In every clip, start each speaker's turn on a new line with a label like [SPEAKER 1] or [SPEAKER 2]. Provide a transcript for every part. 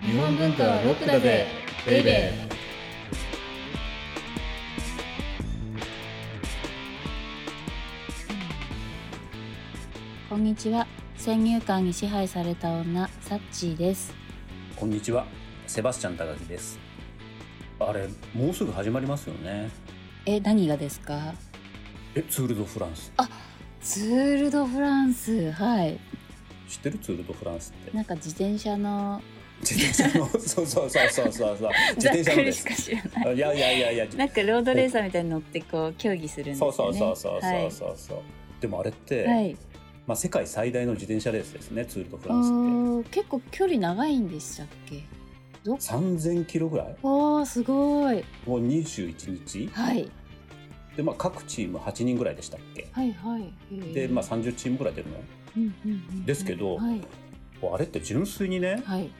[SPEAKER 1] 日本文化はロックだぜベイベー
[SPEAKER 2] こんにちは先入観に支配された女サッチーです
[SPEAKER 3] こんにちは、セバスチャン高木です。あれ、もうすぐ始まりますよね。
[SPEAKER 2] え何がですか
[SPEAKER 3] え、ツール・ド・フランス。
[SPEAKER 2] ツール・ド・フランスはい
[SPEAKER 3] 知ってるツール・ド・フランスって。
[SPEAKER 2] なんか自転車の
[SPEAKER 3] 自 転車の、そうそうそうそうそうそう。自
[SPEAKER 2] ざっ
[SPEAKER 3] 転車
[SPEAKER 2] く
[SPEAKER 3] の
[SPEAKER 2] り
[SPEAKER 3] で
[SPEAKER 2] し
[SPEAKER 3] す
[SPEAKER 2] か。知らない
[SPEAKER 3] いやいやいやいや。
[SPEAKER 2] なんかロードレーサーみたいに乗ってこう競技するんです
[SPEAKER 3] そ
[SPEAKER 2] よ
[SPEAKER 3] う
[SPEAKER 2] ね
[SPEAKER 3] そうそうそうそう
[SPEAKER 2] う
[SPEAKER 3] そうそう。でもあれって、
[SPEAKER 2] はい、
[SPEAKER 3] まあ世界最大の自転車レースですね、ツール・ド・フ
[SPEAKER 2] お
[SPEAKER 3] ランスって。
[SPEAKER 2] ー結構距離長いんでしたっけ
[SPEAKER 3] 3000キロぐらい
[SPEAKER 2] おーすごい、
[SPEAKER 3] もう21日
[SPEAKER 2] はい、
[SPEAKER 3] で、まあ、各チーム8人ぐらいでしたっけ
[SPEAKER 2] はいはいへー
[SPEAKER 3] で、まあ、30チームぐらい出るの
[SPEAKER 2] うんうんうんうん
[SPEAKER 3] ですけど
[SPEAKER 2] はい
[SPEAKER 3] もうあれって純粋にね
[SPEAKER 2] はい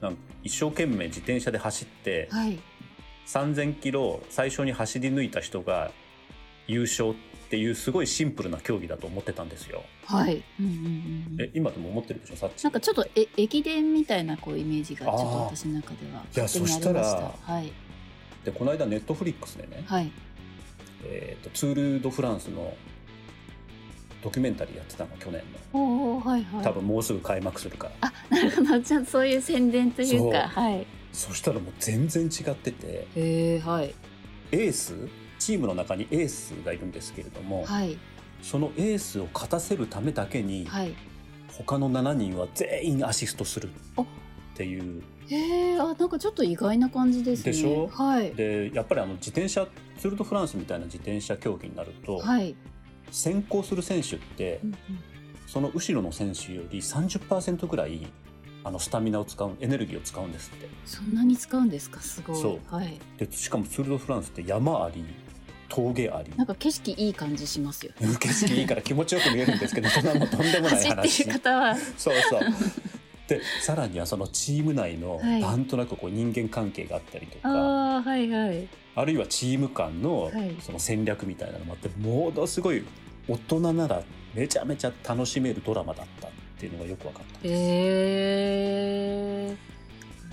[SPEAKER 3] なんか一生懸命自転車で走って、
[SPEAKER 2] はい
[SPEAKER 3] 3,000キロ最初に走り抜いた人が優勝っていうすごいシンプルな競技だと思ってたんですよ。
[SPEAKER 2] はい、うんうんうんうん
[SPEAKER 3] え今でも思ってるでしょさっき
[SPEAKER 2] なんかちょっとえ駅伝みたいなこうイメージがちょっと
[SPEAKER 3] あー
[SPEAKER 2] 私の中ではい
[SPEAKER 3] や
[SPEAKER 2] 勝手にありま
[SPEAKER 3] そしたら
[SPEAKER 2] はい
[SPEAKER 3] でこの間ネットフリックスでね、
[SPEAKER 2] はい
[SPEAKER 3] えーとツール・ド・フランスのドキュメンタリーやってたの去年の
[SPEAKER 2] おおはいはい
[SPEAKER 3] 多分もうすぐ開幕するから、
[SPEAKER 2] あなるほどじゃあそういう宣伝というか
[SPEAKER 3] そ
[SPEAKER 2] はい
[SPEAKER 3] そしたらもう全然違ってて
[SPEAKER 2] へえはい
[SPEAKER 3] エースチームの中にエースがいるんですけれども、
[SPEAKER 2] はい
[SPEAKER 3] そのエースを勝たせるためだけに、
[SPEAKER 2] はい
[SPEAKER 3] 他の7人は全員アシストする
[SPEAKER 2] お
[SPEAKER 3] っていう
[SPEAKER 2] へえあなんかちょっと意外な感じですね
[SPEAKER 3] でしょ
[SPEAKER 2] はい
[SPEAKER 3] でやっぱりあの自転車ツール・ド・フランスみたいな自転車競技になると、
[SPEAKER 2] はい、
[SPEAKER 3] 先行する選手って
[SPEAKER 2] うんうん
[SPEAKER 3] その後ろの選手より30%ぐらいあのスタミナを使うエネルギーを使うんですっ
[SPEAKER 2] そんなに使うんですかすごい
[SPEAKER 3] そう
[SPEAKER 2] はい
[SPEAKER 3] てでしかもツール・ド・フランスって山あり峠あり
[SPEAKER 2] なんか景色いい感じしますよね
[SPEAKER 3] 景色いいから気持ちよく見えるんですけどそんなもうとんでもない
[SPEAKER 2] 走っ
[SPEAKER 3] 話
[SPEAKER 2] てる方は
[SPEAKER 3] そうそうでさらにはそのチーム内の
[SPEAKER 2] はい
[SPEAKER 3] なんとなくこう人間関係があったりとか、
[SPEAKER 2] ああはいはい
[SPEAKER 3] あるいはチーム間の
[SPEAKER 2] はい
[SPEAKER 3] その戦略みたいなのもあって、ものすごい大人ならめちゃめちゃ楽しめるドラマだったっていうのがよく分かったんです。
[SPEAKER 2] へえ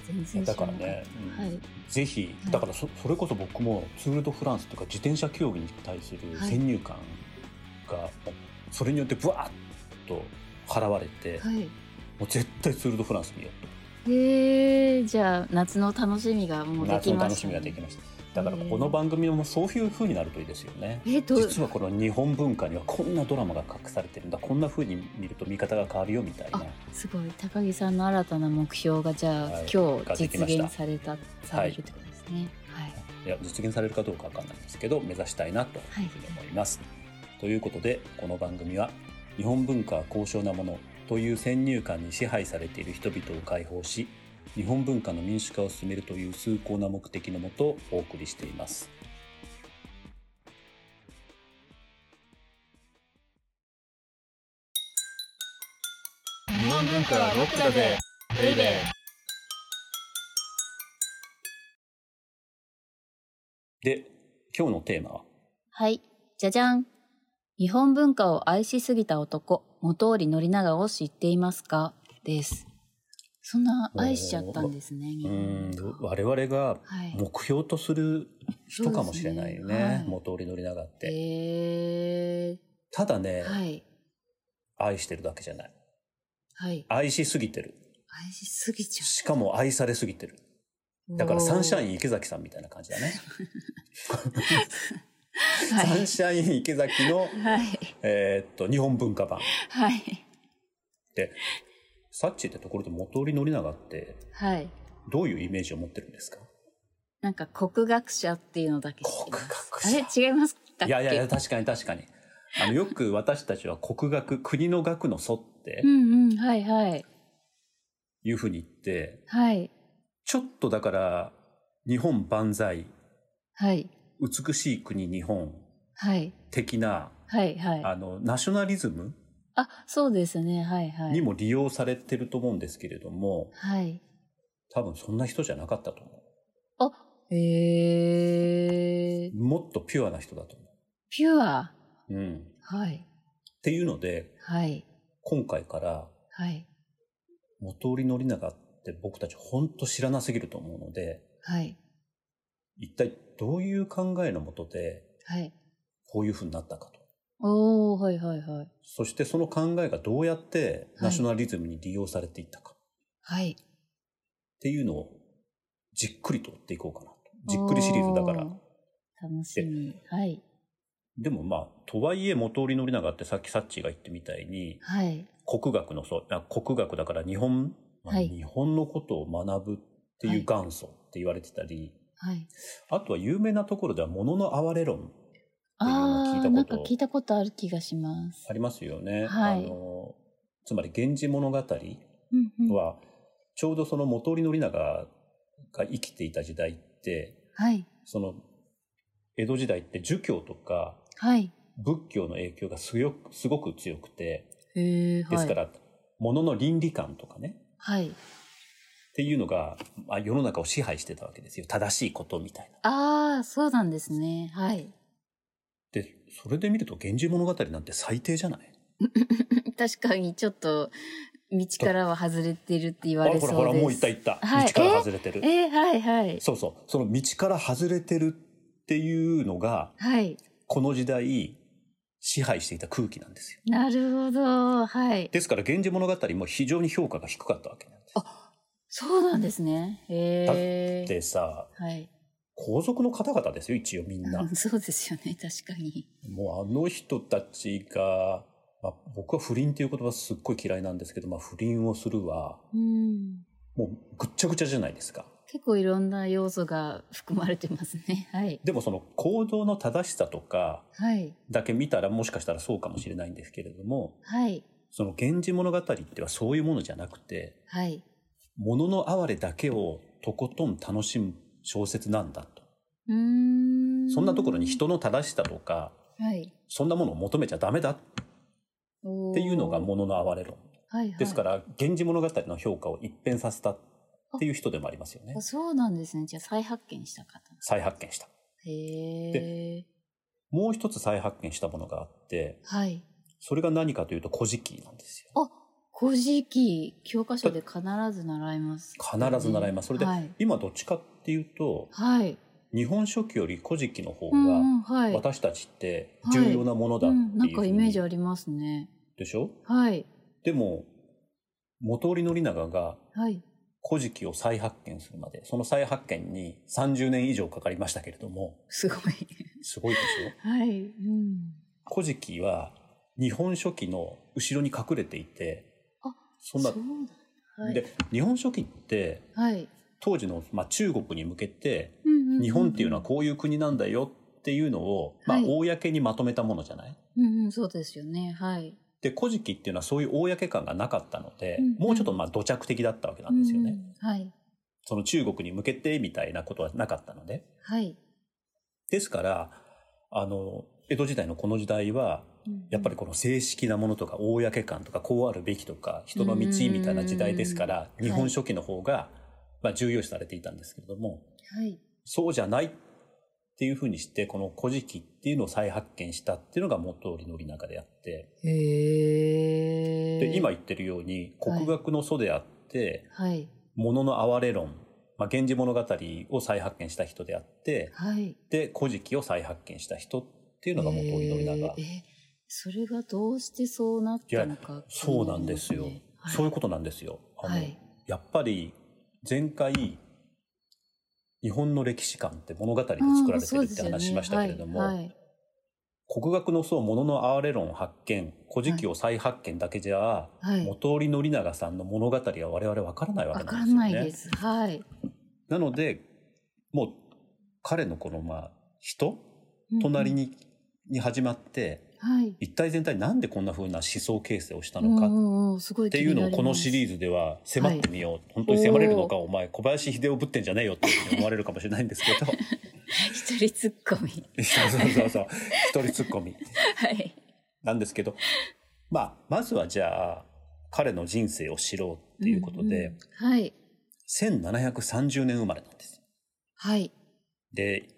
[SPEAKER 2] 全然知
[SPEAKER 3] だから
[SPEAKER 2] なか
[SPEAKER 3] ら
[SPEAKER 2] った
[SPEAKER 3] ね、うん
[SPEAKER 2] はい
[SPEAKER 3] ぜひ
[SPEAKER 2] はい
[SPEAKER 3] だからそそれこそ僕もツール・ド・フランスとか自転車競技に対する
[SPEAKER 2] はい
[SPEAKER 3] 先入観がそれによってブワーッと払われて、
[SPEAKER 2] はい
[SPEAKER 3] もう絶対ツール・ド・フランス見よ
[SPEAKER 2] へえじゃあ夏の楽しみが
[SPEAKER 3] う
[SPEAKER 2] も
[SPEAKER 3] と
[SPEAKER 2] うで
[SPEAKER 3] 夏
[SPEAKER 2] き
[SPEAKER 3] の
[SPEAKER 2] ま
[SPEAKER 3] 楽
[SPEAKER 2] し、
[SPEAKER 3] したみ
[SPEAKER 2] ね、
[SPEAKER 3] ができました。だからこの番組もそういう風になるといいですよね。
[SPEAKER 2] えどう
[SPEAKER 3] 実はこの日本文化にはこんなドラマが隠されてるんだこんな風に見ると見方が変わるよみたいな
[SPEAKER 2] あすごい高木さんの新たな目標がじゃあ、
[SPEAKER 3] はい
[SPEAKER 2] 今
[SPEAKER 3] が
[SPEAKER 2] 日
[SPEAKER 3] できま
[SPEAKER 2] 実
[SPEAKER 3] した
[SPEAKER 2] 現されたされるってことですねはい
[SPEAKER 3] いや実現されるかどうかわかんないんですけど目指したいなというふうに思います。ということでこの番組は日本文化は高尚なものという先入観に支配されている人々を解放し日本文化の民主化を進めるという崇高な目的のもとお送りしています。
[SPEAKER 1] 日本文化はロックだぜベイベー
[SPEAKER 3] で今日のテーマは
[SPEAKER 2] はいじゃじゃん日本文化を愛しすぎた男元織宣長を知っていますかですそんな愛しちゃったんですね日
[SPEAKER 3] うー
[SPEAKER 2] 本
[SPEAKER 3] ん
[SPEAKER 2] 文化
[SPEAKER 3] 我々が
[SPEAKER 2] はい
[SPEAKER 3] 目標とする人かもしれないよ
[SPEAKER 2] そうです
[SPEAKER 3] ね
[SPEAKER 2] ね
[SPEAKER 3] 元織宣長って。
[SPEAKER 2] え
[SPEAKER 3] ただ
[SPEAKER 2] ー、
[SPEAKER 3] ね、
[SPEAKER 2] はい
[SPEAKER 3] 愛してるだけじゃない。
[SPEAKER 2] はい
[SPEAKER 3] 愛しすぎてる。
[SPEAKER 2] 愛しすぎちゃ
[SPEAKER 3] しかも愛されすぎてる。
[SPEAKER 2] う
[SPEAKER 3] だからサンシャ
[SPEAKER 2] イ
[SPEAKER 3] イン池崎さんみたいな感じだね。
[SPEAKER 2] ン、
[SPEAKER 3] サ
[SPEAKER 2] はい
[SPEAKER 3] ンシャイン池崎の、
[SPEAKER 2] はい。
[SPEAKER 3] えーっと、日本文化版。
[SPEAKER 2] はい。
[SPEAKER 3] で、サッチーってところで元織宣長って、
[SPEAKER 2] はい。
[SPEAKER 3] どういうイメージを持ってるんですか
[SPEAKER 2] なんか国学者っていうのだけ知ってます。
[SPEAKER 3] 国学
[SPEAKER 2] あれ違いますだっけ
[SPEAKER 3] いやいやいや、確かに確かに。あの、よく私たちは国学、国の学の祖って
[SPEAKER 2] うんうん、はいはい。
[SPEAKER 3] いうふうに言って、
[SPEAKER 2] はい。
[SPEAKER 3] ちょっとだから、日本万歳、
[SPEAKER 2] はい。
[SPEAKER 3] 美しい国日本
[SPEAKER 2] はい。
[SPEAKER 3] 的な、
[SPEAKER 2] はいはい。あ
[SPEAKER 3] あの、ナショナリズム
[SPEAKER 2] そうですね。はいはい。
[SPEAKER 3] にも利用されてると思うんですけれども、
[SPEAKER 2] はい。
[SPEAKER 3] 多分そんな人じゃなかったと思
[SPEAKER 2] あ、えー、
[SPEAKER 3] う。もっとピュアな人だと思
[SPEAKER 2] ピュア。
[SPEAKER 3] う。うん。っ
[SPEAKER 2] はい。
[SPEAKER 3] ていうので、
[SPEAKER 2] はい。
[SPEAKER 3] 今回から、
[SPEAKER 2] はい。
[SPEAKER 3] 元織宣長っって僕たち本当知らなすぎると思うので、
[SPEAKER 2] はい。
[SPEAKER 3] 一体どういう考えのもとで
[SPEAKER 2] はい。
[SPEAKER 3] こういうふうになったかと。
[SPEAKER 2] おおはいはいはい。
[SPEAKER 3] そしてその考えがどうやって
[SPEAKER 2] はい
[SPEAKER 3] ナショナリズムに利用されていったかっ
[SPEAKER 2] はい。
[SPEAKER 3] ていうのをじっくりと追っていこうかなと。じっくりシリーズだから
[SPEAKER 2] おー。楽しみ。はい。
[SPEAKER 3] でもまあ、とはいえ元織宣長ってさっきサッチーが言ってみたいに、
[SPEAKER 2] はい。
[SPEAKER 3] 国学のそう、あ国学だから日本、まあ
[SPEAKER 2] はい
[SPEAKER 3] 日本のことを学ぶっていう元祖って言われてたり、
[SPEAKER 2] はい。
[SPEAKER 3] あとは有名なところでは物の哀れ論っていうのは聞
[SPEAKER 2] あ
[SPEAKER 3] いたこと
[SPEAKER 2] あ、なんか聞いたことある気がします
[SPEAKER 3] あ。りますよね。
[SPEAKER 2] はい
[SPEAKER 3] あのつまり源氏物語
[SPEAKER 2] うんうんは
[SPEAKER 3] は、ちょうどその元織宣長が生きていた時代って、
[SPEAKER 2] い。
[SPEAKER 3] その江戸時代って儒教とか
[SPEAKER 2] はい。
[SPEAKER 3] 仏教の影響がすごくすごく強くて、
[SPEAKER 2] へえ、はい。
[SPEAKER 3] ですから、物の倫理観とかね、
[SPEAKER 2] はい。
[SPEAKER 3] っていうのが、まあ、世の中を支配してたわけですよ。正しいことみたいな。
[SPEAKER 2] ああ、そうなんですね。はい。
[SPEAKER 3] で、それで見ると、源氏物語なんて最低じゃない
[SPEAKER 2] 確かにちょっと、道からは外れてるって言
[SPEAKER 3] あ
[SPEAKER 2] わ
[SPEAKER 3] ら
[SPEAKER 2] れそう
[SPEAKER 3] ほ
[SPEAKER 2] で
[SPEAKER 3] ら
[SPEAKER 2] す。
[SPEAKER 3] ほら、もう行った行った。
[SPEAKER 2] はい
[SPEAKER 3] 道から外れてる。
[SPEAKER 2] えー、はいはい。
[SPEAKER 3] そうそう。その道から外れてるっていうのが、
[SPEAKER 2] はい。
[SPEAKER 3] この時代、支配していた空気なんですよ。
[SPEAKER 2] なるほど。はい。
[SPEAKER 3] ですから、源氏物語も非常に評価が低かったわけなんです。
[SPEAKER 2] そうなんですね。へえ。
[SPEAKER 3] でさ、
[SPEAKER 2] はい。。
[SPEAKER 3] 皇族の方々ですよ、一応みんな
[SPEAKER 2] そうですよね。確かに。
[SPEAKER 3] もうあの人たちが、まあ、僕は不倫っていう言葉すっごい嫌いなんですけど、まあ、不倫をするわ。
[SPEAKER 2] うん。
[SPEAKER 3] もうぐっちゃぐちゃじゃないですか。
[SPEAKER 2] 結構いろんな要素が含まれてますね。 はい。
[SPEAKER 3] でもその行動の正しさとか
[SPEAKER 2] はい。
[SPEAKER 3] だけ見たらもしかしたらそうかもしれないんですけれども、
[SPEAKER 2] はい。
[SPEAKER 3] その源氏物語ってはそういうものじゃなくて、
[SPEAKER 2] はい。
[SPEAKER 3] 物の哀れだけをとことん楽しむ小説なんだと。
[SPEAKER 2] うーん。
[SPEAKER 3] そんなところに。人の正しさとか、
[SPEAKER 2] はい。
[SPEAKER 3] そんなものを求めちゃダメだっ
[SPEAKER 2] って
[SPEAKER 3] いうのが物の哀れ論。
[SPEAKER 2] はいはい、。
[SPEAKER 3] ですからら、源氏物語の評価を一変させたっていう人でもありますよね。
[SPEAKER 2] そうなんですね。じゃあ再発見した方。
[SPEAKER 3] 再発見した。
[SPEAKER 2] へえ。
[SPEAKER 3] もう一つ再発見したものがあって、
[SPEAKER 2] はい。
[SPEAKER 3] それが何かというと古事記なんですよ。
[SPEAKER 2] あ、古事記教科書で必ず習います。
[SPEAKER 3] 必ず習いますそれで
[SPEAKER 2] はい。
[SPEAKER 3] 今どっちかっていうと
[SPEAKER 2] はい。
[SPEAKER 3] 日本書紀より古事記の方
[SPEAKER 2] うんう
[SPEAKER 3] が
[SPEAKER 2] ん、はい。
[SPEAKER 3] 私たちって重要なものだ
[SPEAKER 2] う
[SPEAKER 3] っ
[SPEAKER 2] ん、な
[SPEAKER 3] てい
[SPEAKER 2] ん
[SPEAKER 3] うふ
[SPEAKER 2] か
[SPEAKER 3] う
[SPEAKER 2] イ
[SPEAKER 3] に
[SPEAKER 2] メージありますね。
[SPEAKER 3] でしょ
[SPEAKER 2] はい。
[SPEAKER 3] でも元織宣長が
[SPEAKER 2] はい。
[SPEAKER 3] 古事記を再発見するまでその再発見に30年以上かかりましたけれども
[SPEAKER 2] すごい。
[SPEAKER 3] すごいでしょ
[SPEAKER 2] はい。うん。
[SPEAKER 3] 古事記は日本書紀の後ろに隠れていて
[SPEAKER 2] あ
[SPEAKER 3] そんな
[SPEAKER 2] うだはい。
[SPEAKER 3] で日本書紀って
[SPEAKER 2] はい。
[SPEAKER 3] 当時の、まあ、中国に向けて
[SPEAKER 2] うんうんうん
[SPEAKER 3] 日本っていうのはこういう国なんだよっていうのを、まあ、
[SPEAKER 2] はい
[SPEAKER 3] 公にまとめたものじゃない、
[SPEAKER 2] うんうん、そうですよね。はい。
[SPEAKER 3] で古事記っていうのはそういう公感がなかったので、
[SPEAKER 2] うんうん
[SPEAKER 3] もうちょっとまあ土着的だったわけなんですよね、
[SPEAKER 2] うんうん。はい。
[SPEAKER 3] その中国に向けてみたいなことはなかったので
[SPEAKER 2] はい。
[SPEAKER 3] ですからあの江戸時代のこの時代はやっぱりこの正式なものとか公感とかこうあるべきとか人の道みたいな時代ですから
[SPEAKER 2] ん
[SPEAKER 3] 日本書紀の方がまあ重要視されていたんですけれども、
[SPEAKER 2] り。はい。
[SPEAKER 3] そうじゃないっていうふうにして、この古事記っていうのを再発見したっていうのが元織宣長であって、
[SPEAKER 2] へえ。
[SPEAKER 3] で、今言ってるように、国学の祖であって、
[SPEAKER 2] はい。
[SPEAKER 3] 物の哀れ論、まあ、源氏物語を再発見した人であって、
[SPEAKER 2] はい。
[SPEAKER 3] で、古事記を再発見した人っていうのが元織宣長
[SPEAKER 2] えー。えそれがどうしてそうなったのか、
[SPEAKER 3] そうなんですよ。そういうことなんですよ。あの、
[SPEAKER 2] はい
[SPEAKER 3] やっぱり、前回、日本の歴史観って物語で
[SPEAKER 2] 気になりますね
[SPEAKER 3] 作られてるって話しましたけれども、
[SPEAKER 2] あーそうですよね
[SPEAKER 3] 国学の層ものの哀れ論発見古事記を再発見だけじゃ、
[SPEAKER 2] はい。はい。はい
[SPEAKER 3] 元織宣長さんの物語は我々わからないわ
[SPEAKER 2] わ
[SPEAKER 3] け
[SPEAKER 2] か
[SPEAKER 3] なん
[SPEAKER 2] んない
[SPEAKER 3] ですよね。
[SPEAKER 2] です。はい。
[SPEAKER 3] なのでもう彼のこのまあ人隣に,、に始まって
[SPEAKER 2] うんうん。はい。
[SPEAKER 3] 一体全体なんでこんな風な思想形成をした
[SPEAKER 2] うん
[SPEAKER 3] のか
[SPEAKER 2] うんうんすごい
[SPEAKER 3] っ
[SPEAKER 2] 気
[SPEAKER 3] て
[SPEAKER 2] に
[SPEAKER 3] いう
[SPEAKER 2] な
[SPEAKER 3] の
[SPEAKER 2] ります
[SPEAKER 3] をこのシリーズでは迫ってみよう、本当に迫れるのかお前小林秀夫ぶってんじゃねえよって思われるかもしれないんですけ ど
[SPEAKER 2] 一人ツッコミ。
[SPEAKER 3] そうそうそうそう一人ツッコミ。
[SPEAKER 2] はい。
[SPEAKER 3] なんですけど、まあ、まずはじゃあ、彼の人生を知ろうっていうことで、
[SPEAKER 2] うんうんはい。
[SPEAKER 3] 1730年生まれなんです。
[SPEAKER 2] はい。
[SPEAKER 3] で、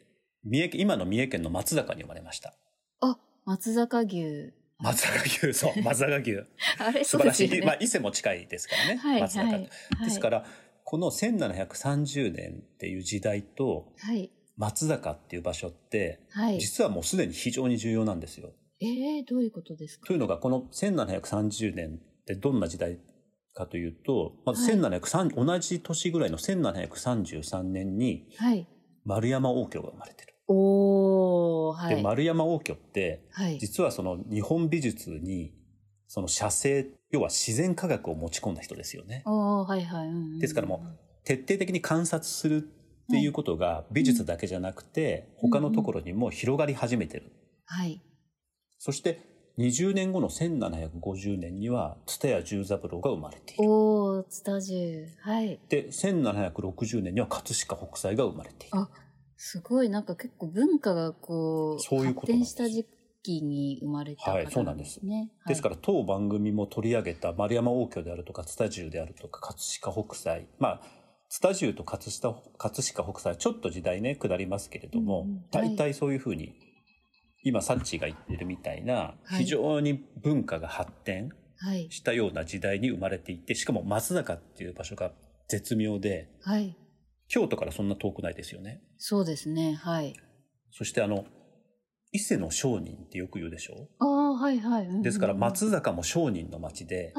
[SPEAKER 3] 三重県、今の三重県の松坂に生まれました。
[SPEAKER 2] あ、松坂牛。
[SPEAKER 3] 松坂牛、そう、松坂牛。
[SPEAKER 2] あれ、そう
[SPEAKER 3] 素晴
[SPEAKER 2] で
[SPEAKER 3] ら
[SPEAKER 2] す
[SPEAKER 3] しい。
[SPEAKER 2] よね。
[SPEAKER 3] まあ、伊勢も近いですからね、
[SPEAKER 2] はい、
[SPEAKER 3] 松坂
[SPEAKER 2] は
[SPEAKER 3] と
[SPEAKER 2] い。
[SPEAKER 3] ですから、この1730年っていう時代と
[SPEAKER 2] はい。
[SPEAKER 3] 松坂っていう場所って
[SPEAKER 2] はい。
[SPEAKER 3] 実はもうすでに非常に重要なんですよ。
[SPEAKER 2] えー、どういうことですか
[SPEAKER 3] というのがこの1730年ってどんな時代かというと、まず
[SPEAKER 2] はい
[SPEAKER 3] 1730同じ年ぐらいの1733年に
[SPEAKER 2] はい。
[SPEAKER 3] 丸山王郷が生まれてる。
[SPEAKER 2] おー、は
[SPEAKER 3] で
[SPEAKER 2] い。
[SPEAKER 3] 丸山王郷って
[SPEAKER 2] はい。
[SPEAKER 3] 実はその日本美術にその写生要は自然科学を持ち込んだ人ですよね。
[SPEAKER 2] おー、はいはい。うんうん
[SPEAKER 3] ですからも徹底的に観察するっていうことが美術だけじゃなくて他のところにも広がり始めてる。
[SPEAKER 2] はい。
[SPEAKER 3] そして20年後の1750年には蔦屋十三郎が生まれている。
[SPEAKER 2] おー、スタジュ。はい。
[SPEAKER 3] で1760年には葛飾北斎が生まれている
[SPEAKER 2] あ。すごい、なんか結構文化がこう、
[SPEAKER 3] そういうこと
[SPEAKER 2] 発展
[SPEAKER 3] なんです
[SPEAKER 2] した時期に生まれた
[SPEAKER 3] はい
[SPEAKER 2] 方
[SPEAKER 3] そう
[SPEAKER 2] な
[SPEAKER 3] なんん
[SPEAKER 2] で
[SPEAKER 3] ですす
[SPEAKER 2] ね。はい
[SPEAKER 3] ですから当番組も取り上げた丸山王郷であるとか蔦重であるとか葛飾北斎まあ蔦重と葛飾葛飾北斎ちょっと時代ね下りますけれども、
[SPEAKER 2] うんうん
[SPEAKER 3] 大体そういうふうに今サッチーが言ってるみたいな
[SPEAKER 2] はい
[SPEAKER 3] 非常に文化が発展
[SPEAKER 2] はい。
[SPEAKER 3] したような時代に生まれていてしかも松坂っていう場所が絶妙で
[SPEAKER 2] はい。
[SPEAKER 3] 京都からそんな遠くないですよね。
[SPEAKER 2] そうですね。はい。
[SPEAKER 3] そしてあの伊勢の商人ってよく言うでしょ
[SPEAKER 2] ああ、はいはい。うんうんうん
[SPEAKER 3] ですから。松坂も商人の町で、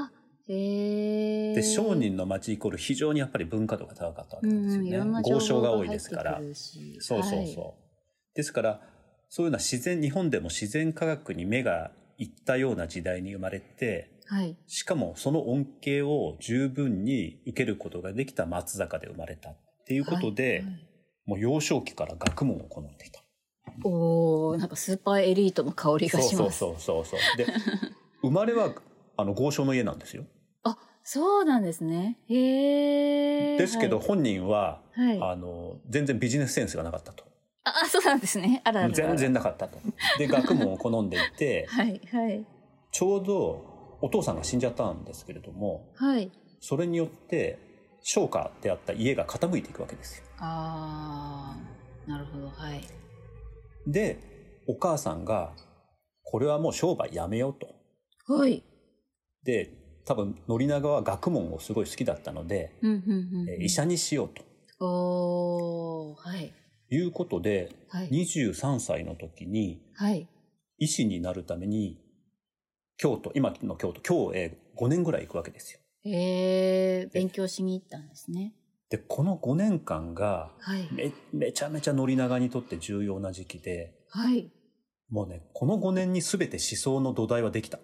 [SPEAKER 2] へえ。
[SPEAKER 3] で商人の町イコール非常にやっぱり文化度が高かったわけ
[SPEAKER 2] う
[SPEAKER 3] なんです
[SPEAKER 2] ん、い
[SPEAKER 3] よ
[SPEAKER 2] ろん
[SPEAKER 3] ね、
[SPEAKER 2] な情
[SPEAKER 3] 豪商
[SPEAKER 2] 報
[SPEAKER 3] が多
[SPEAKER 2] が
[SPEAKER 3] い
[SPEAKER 2] 入
[SPEAKER 3] で
[SPEAKER 2] って
[SPEAKER 3] す
[SPEAKER 2] く
[SPEAKER 3] から、
[SPEAKER 2] るし。
[SPEAKER 3] そうそうそう、ですからそういうのは自然日本でも自然科学に目がいったような時代に生まれて
[SPEAKER 2] はい。はい。
[SPEAKER 3] しかもその恩恵を十分に受けることができた松坂で生まれたっていうことで、
[SPEAKER 2] はいはい
[SPEAKER 3] もう幼少期から学問を好んでいた
[SPEAKER 2] おお、なんかスーパーエリートの香りがします。
[SPEAKER 3] そうそうそ うそうそうで生まれはあの豪商の家なんですよ
[SPEAKER 2] あ、そうなんですね。へえ。
[SPEAKER 3] ですけど、本人は、
[SPEAKER 2] はい。はい、
[SPEAKER 3] あの全然ビジネスセンスがなかったと。
[SPEAKER 2] あ、そうなんですね。あらあらあら。
[SPEAKER 3] 全。然なかったと。で、学問を好んでいて、
[SPEAKER 2] はいはい
[SPEAKER 3] ちょうどお父さんが死んじゃったんですけれども、
[SPEAKER 2] はい。
[SPEAKER 3] それによって、商家であった家が傾いていくわけですよ。
[SPEAKER 2] ああ、なるほど。はい。
[SPEAKER 3] で、お母さんが、これはもう商売やめようと。
[SPEAKER 2] はい。
[SPEAKER 3] で、多分、宣長は学問をすごい好きだったので、
[SPEAKER 2] うんうんうん。
[SPEAKER 3] えー医者にしようと
[SPEAKER 2] おお、はい
[SPEAKER 3] いうことで、
[SPEAKER 2] はい
[SPEAKER 3] 23歳の時に、
[SPEAKER 2] はい。
[SPEAKER 3] 医師になるために、京都、今の京都、京へ5年ぐらい行くわけですよ。
[SPEAKER 2] えー、勉強しに行ったんですね。
[SPEAKER 3] で、この5年間が、
[SPEAKER 2] はい
[SPEAKER 3] め、めちゃめちゃ宣長にとって重要な時期で、
[SPEAKER 2] はい。
[SPEAKER 3] もうね、この5年に全て思想の土台はできた。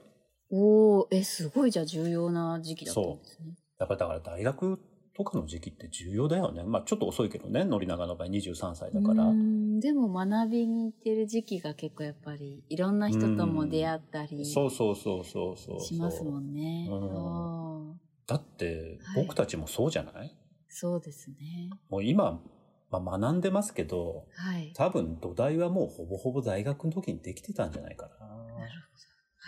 [SPEAKER 2] おお、えすごいじゃあ重要な時期だったんですね。
[SPEAKER 3] やっぱりだから大学とかの時期って重要だよね。まあちょっと遅いけどね、宣長の場合23歳だか
[SPEAKER 2] う
[SPEAKER 3] ら
[SPEAKER 2] ー。んでも学びに行ってる時期が結構やっぱりいろんな人とも出会ったりし
[SPEAKER 3] そうそうそうそうそうそう。
[SPEAKER 2] ますもんね。
[SPEAKER 3] うん
[SPEAKER 2] おー
[SPEAKER 3] だって、
[SPEAKER 2] はい
[SPEAKER 3] 僕たちもそうじゃない
[SPEAKER 2] そうですね。
[SPEAKER 3] もう今、まあ、学んでますけど、
[SPEAKER 2] はい。
[SPEAKER 3] 多分土台はもうほぼほぼ大学の時にできてたんじゃないかな。
[SPEAKER 2] はい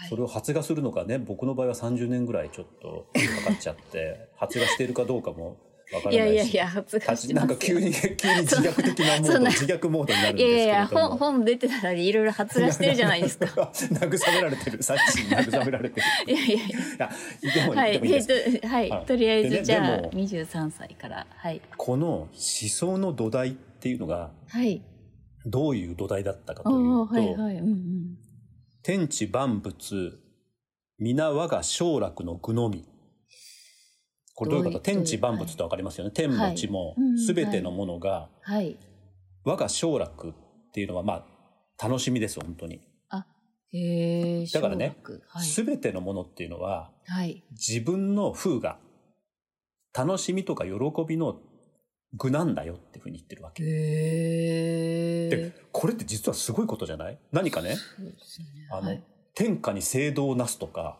[SPEAKER 3] それを発芽するのがね、僕の場合は30年ぐらいちょっとかかっちゃ って、発芽しているかどうかもわからないい
[SPEAKER 2] や
[SPEAKER 3] し。
[SPEAKER 2] いやいや、恥ずか
[SPEAKER 3] 立
[SPEAKER 2] し
[SPEAKER 3] ち
[SPEAKER 2] い。
[SPEAKER 3] なんか急に、急に自虐的なモ
[SPEAKER 2] そ
[SPEAKER 3] ー
[SPEAKER 2] ん
[SPEAKER 3] ド、
[SPEAKER 2] な
[SPEAKER 3] 自虐モードになるん
[SPEAKER 2] い
[SPEAKER 3] で
[SPEAKER 2] や
[SPEAKER 3] すけ
[SPEAKER 2] いやいや、
[SPEAKER 3] れども。
[SPEAKER 2] 本、本出てたりいろいろ発芽してるじゃない ですか。
[SPEAKER 3] 慰められてる、さっき慰められてる。
[SPEAKER 2] いやいやいや。
[SPEAKER 3] いや、でも、
[SPEAKER 2] はい、
[SPEAKER 3] でもいい
[SPEAKER 2] え
[SPEAKER 3] で
[SPEAKER 2] っ
[SPEAKER 3] す。
[SPEAKER 2] と、はい、
[SPEAKER 3] はい
[SPEAKER 2] とりあえ
[SPEAKER 3] で
[SPEAKER 2] ず、
[SPEAKER 3] ね
[SPEAKER 2] じゃあ
[SPEAKER 3] で、も
[SPEAKER 2] 二十三歳から、はい。
[SPEAKER 3] この思想の土台っていうのが、
[SPEAKER 2] はい。
[SPEAKER 3] どういう土台だったかと
[SPEAKER 2] おお、
[SPEAKER 3] いうと、
[SPEAKER 2] はい、はい、うん、うん。
[SPEAKER 3] 天地万物、皆我が将楽の具のみ。これどういうこと
[SPEAKER 2] どういう
[SPEAKER 3] 天地万物ってわかりますよね。天も地も
[SPEAKER 2] はいうん、
[SPEAKER 3] すべてのものが、
[SPEAKER 2] はい。
[SPEAKER 3] 我が将楽っていうのは、まあ、楽しみです、本当に。
[SPEAKER 2] へえ。
[SPEAKER 3] だからね
[SPEAKER 2] 小学はい。
[SPEAKER 3] すべてのものっていうのは、
[SPEAKER 2] はい。
[SPEAKER 3] 自分の風が、楽しみとか喜びの具なんだよっていうふうに言ってるわけ。
[SPEAKER 2] へ
[SPEAKER 3] で
[SPEAKER 2] え。、
[SPEAKER 3] これって実はすごいことじゃない何かね、
[SPEAKER 2] そうですね。
[SPEAKER 3] あの、
[SPEAKER 2] はい。
[SPEAKER 3] 天下に聖堂をなすとか、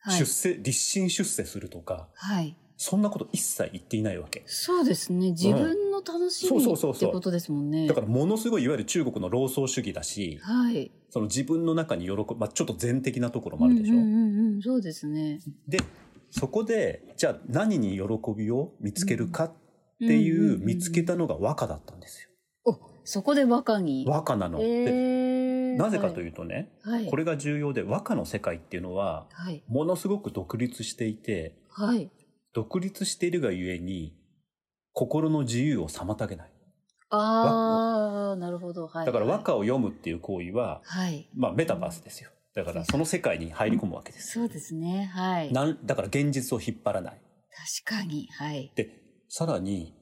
[SPEAKER 2] はい
[SPEAKER 3] 出世、立身出世するとか、
[SPEAKER 2] はい。
[SPEAKER 3] そんなこと一切言っていないわけ。
[SPEAKER 2] そうですね。自分の楽し
[SPEAKER 3] そう
[SPEAKER 2] み
[SPEAKER 3] そう
[SPEAKER 2] っ
[SPEAKER 3] そう
[SPEAKER 2] て
[SPEAKER 3] そう
[SPEAKER 2] ことですもんね。
[SPEAKER 3] だからものすごいいわゆる中国の老僧主義だし、
[SPEAKER 2] はい。
[SPEAKER 3] その自分の中に喜ぶ、まあ、ちょっと禅的なところもあるでしょ。
[SPEAKER 2] うんうんうんうん、そうですね。
[SPEAKER 3] で、そこで、じゃあ何に喜びを見つけるかっていう、見つけ
[SPEAKER 2] た。
[SPEAKER 3] たのが和歌だったんですよ。
[SPEAKER 2] お、そこで和歌に。
[SPEAKER 3] 和歌なの。で、
[SPEAKER 2] へえ。
[SPEAKER 3] なぜかと
[SPEAKER 2] う
[SPEAKER 3] いうとね、
[SPEAKER 2] と、はい。
[SPEAKER 3] これが重要で和歌の世界っていうのは、
[SPEAKER 2] はい。
[SPEAKER 3] ものすごく独立していて、
[SPEAKER 2] はい。
[SPEAKER 3] 独立しているがゆえに、心の自由を妨げない。
[SPEAKER 2] ああ、なるほど。はい。
[SPEAKER 3] だから和歌を読むっていう行為は、
[SPEAKER 2] はい。
[SPEAKER 3] まあメタバースですよ。だからその世界に入り込むわけです。
[SPEAKER 2] そうですね。はい。確
[SPEAKER 3] なんだから現実を引っ張らない。
[SPEAKER 2] かに。はい。
[SPEAKER 3] で、さらに、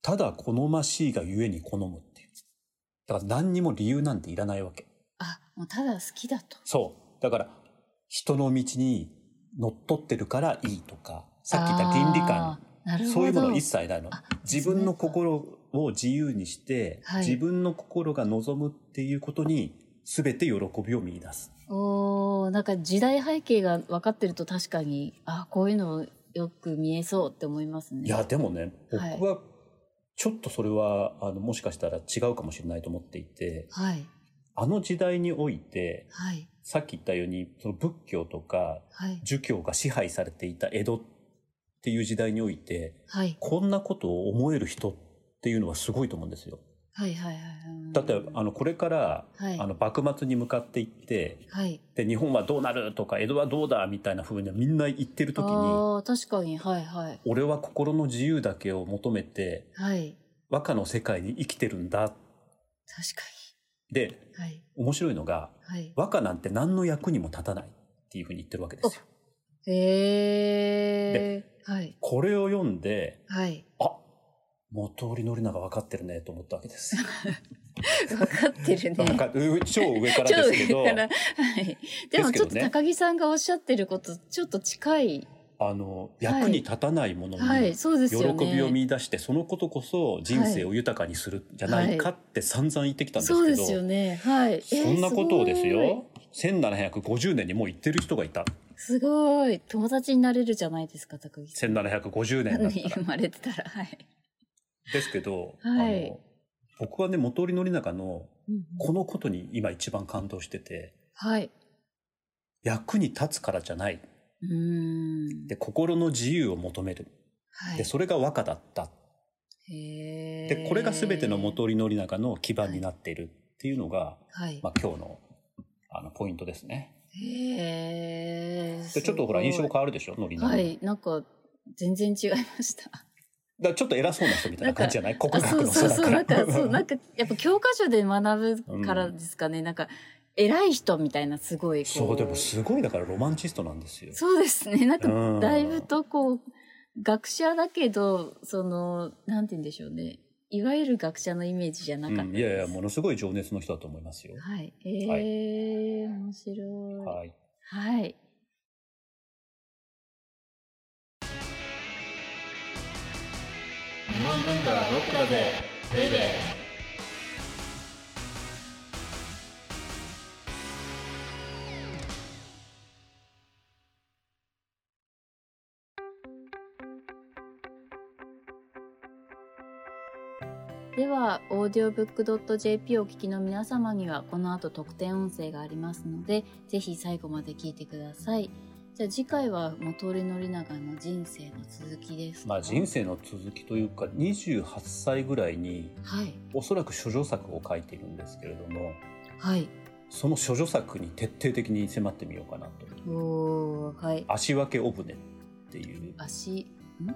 [SPEAKER 3] ただ好ましいがゆえに好むっていう。だから何にも理由なんていらないわけ。
[SPEAKER 2] あ、もうただ好きだと。
[SPEAKER 3] そう。だから、人の道に乗っ取ってるからいいとか、さっき言った倫理観。
[SPEAKER 2] あー。なるほど。
[SPEAKER 3] そういうもの一切ないの
[SPEAKER 2] あ。
[SPEAKER 3] 自分の心を自由にして、
[SPEAKER 2] はい
[SPEAKER 3] 自分の心が望むっていうことに、全て喜びを見出す。
[SPEAKER 2] おーなんか時代背景が分かってると確かに、あ、こういうのよく見えそうって思いますね。
[SPEAKER 3] いや、でもね、
[SPEAKER 2] はい
[SPEAKER 3] 僕は、ちょっとそれは、あの、もしかしたら違うかもしれないと思っていて、
[SPEAKER 2] はい。
[SPEAKER 3] あの時代において、
[SPEAKER 2] はい。
[SPEAKER 3] さっき言ったように、その仏教とか、
[SPEAKER 2] はい。
[SPEAKER 3] 儒教が支配されていた江戸っていう時代において、
[SPEAKER 2] はい。
[SPEAKER 3] こんなことを思える人っていうのはすごいと思うんですよ。
[SPEAKER 2] はい。はい。はい。
[SPEAKER 3] だって、あの、これから、
[SPEAKER 2] はい
[SPEAKER 3] あの、幕末に向かっていって、
[SPEAKER 2] はい。
[SPEAKER 3] で、日本はどうなるとか、江戸はどうだみたいな風にみんな言ってる時に、
[SPEAKER 2] ああ、確かに。はい。はい。
[SPEAKER 3] 俺は心の自由だけを求めて、
[SPEAKER 2] はい。
[SPEAKER 3] 和歌の世界に生きてるんだ。
[SPEAKER 2] 確か
[SPEAKER 3] で、
[SPEAKER 2] に。はい。
[SPEAKER 3] 面白いのが、
[SPEAKER 2] はい。
[SPEAKER 3] 和歌なんて何の役にも立たないっていう風に言ってるわけですよ。
[SPEAKER 2] へえ。はい。
[SPEAKER 3] これを読んで、
[SPEAKER 2] はい。
[SPEAKER 3] あ元織宣長分かってるねと思ったわ けです。
[SPEAKER 2] 分かってるね。
[SPEAKER 3] 分かっう超上から
[SPEAKER 2] 超
[SPEAKER 3] です
[SPEAKER 2] 上
[SPEAKER 3] けど
[SPEAKER 2] か、ら。はい。でも
[SPEAKER 3] ですけ
[SPEAKER 2] ちょ
[SPEAKER 3] ど
[SPEAKER 2] っ
[SPEAKER 3] ね
[SPEAKER 2] と高木さんがおっしゃってること、ちょっと近い。
[SPEAKER 3] あの、役に立たないもの
[SPEAKER 2] は
[SPEAKER 3] に
[SPEAKER 2] い、そうです
[SPEAKER 3] 喜
[SPEAKER 2] よね。
[SPEAKER 3] びを見出して、そのことこそ人生を豊かにするんじゃないかって散々言ってきたんで
[SPEAKER 2] そうですす
[SPEAKER 3] け
[SPEAKER 2] よ
[SPEAKER 3] ど、
[SPEAKER 2] ね。はい。えー
[SPEAKER 3] そんなことをです。よ
[SPEAKER 2] ごい、
[SPEAKER 3] 1750年にもう言ってる人がいた。
[SPEAKER 2] すごい。友達になれるじゃないですか、高木さん。
[SPEAKER 3] 1750年だっ
[SPEAKER 2] に
[SPEAKER 3] た
[SPEAKER 2] 生
[SPEAKER 3] ら。
[SPEAKER 2] まれてたら。はい。
[SPEAKER 3] ですけど、
[SPEAKER 2] はい
[SPEAKER 3] あの、僕はね、元織宣長の
[SPEAKER 2] うんうん
[SPEAKER 3] このことに今一番感動してて、
[SPEAKER 2] はい。
[SPEAKER 3] 役に立つからじゃない。
[SPEAKER 2] うーん。
[SPEAKER 3] で、心の自由を求める。
[SPEAKER 2] はい
[SPEAKER 3] で、それが和歌だった。
[SPEAKER 2] へー
[SPEAKER 3] で、これが全ての元織宣長の基盤になっているっていうのが、
[SPEAKER 2] はい。
[SPEAKER 3] まあ、今日のあのポイントですね。
[SPEAKER 2] へー
[SPEAKER 3] でちょっとほら印象変
[SPEAKER 2] す
[SPEAKER 3] わるでしょノリ
[SPEAKER 2] ごい
[SPEAKER 3] の。
[SPEAKER 2] は
[SPEAKER 3] だか
[SPEAKER 2] い。なんか、全然違いま した。
[SPEAKER 3] らちょっと偉そうな人みたいな感じじゃない
[SPEAKER 2] あ
[SPEAKER 3] 国
[SPEAKER 2] そ
[SPEAKER 3] 学
[SPEAKER 2] うそ
[SPEAKER 3] の人
[SPEAKER 2] うそう
[SPEAKER 3] だ
[SPEAKER 2] な ん
[SPEAKER 3] か。
[SPEAKER 2] からそうなんかやっぱ教科書で学ぶから
[SPEAKER 3] うん
[SPEAKER 2] ですかね、なんか偉い人みたいなすごいこ
[SPEAKER 3] そうでもすごいだからロマンチストなんですよ。
[SPEAKER 2] そうですねなんか
[SPEAKER 3] うん
[SPEAKER 2] だいぶとこう学者だけどそのなんて言うんでしょうねいわゆる学者のイメージじゃなかった
[SPEAKER 3] うん
[SPEAKER 2] です、
[SPEAKER 3] いやいやものすごい情熱の人だと思いますよ。
[SPEAKER 2] はいえー
[SPEAKER 3] はい
[SPEAKER 2] 面白い
[SPEAKER 3] はい。
[SPEAKER 2] はい。
[SPEAKER 1] 日本文化はロックだぜベイベー
[SPEAKER 2] では、audiobook.jp をお聞きの皆様には、この後特典音声がありますので、ぜひ最後まで聞いてください。じゃあ次回は、元織宣長の人生の続きです。
[SPEAKER 3] まあ人生の続きというか28歳ぐらいに
[SPEAKER 2] はい。
[SPEAKER 3] おそらく諸女作を書いているんですけれども
[SPEAKER 2] はい。
[SPEAKER 3] その諸女作に徹底的に迫ってみようかなと。
[SPEAKER 2] おー、はい。
[SPEAKER 3] 足分けお船っていう
[SPEAKER 2] 足、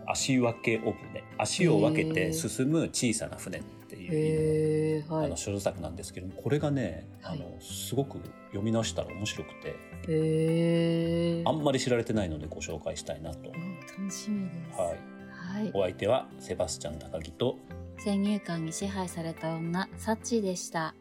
[SPEAKER 3] 足分けお船足を分けて進む小さな船っていう、
[SPEAKER 2] へー、は
[SPEAKER 3] あ
[SPEAKER 2] い
[SPEAKER 3] の。所著作なんですけどもこれがね、
[SPEAKER 2] はい
[SPEAKER 3] あのすごく読み直したら面白くて
[SPEAKER 2] へー。
[SPEAKER 3] あんまり知られてないのでご紹介したいなと、
[SPEAKER 2] うん楽しみです。
[SPEAKER 3] はい、
[SPEAKER 2] はい。
[SPEAKER 3] お相手はセバスチャン高木と
[SPEAKER 2] 先入観に支配された女、サッチーでした。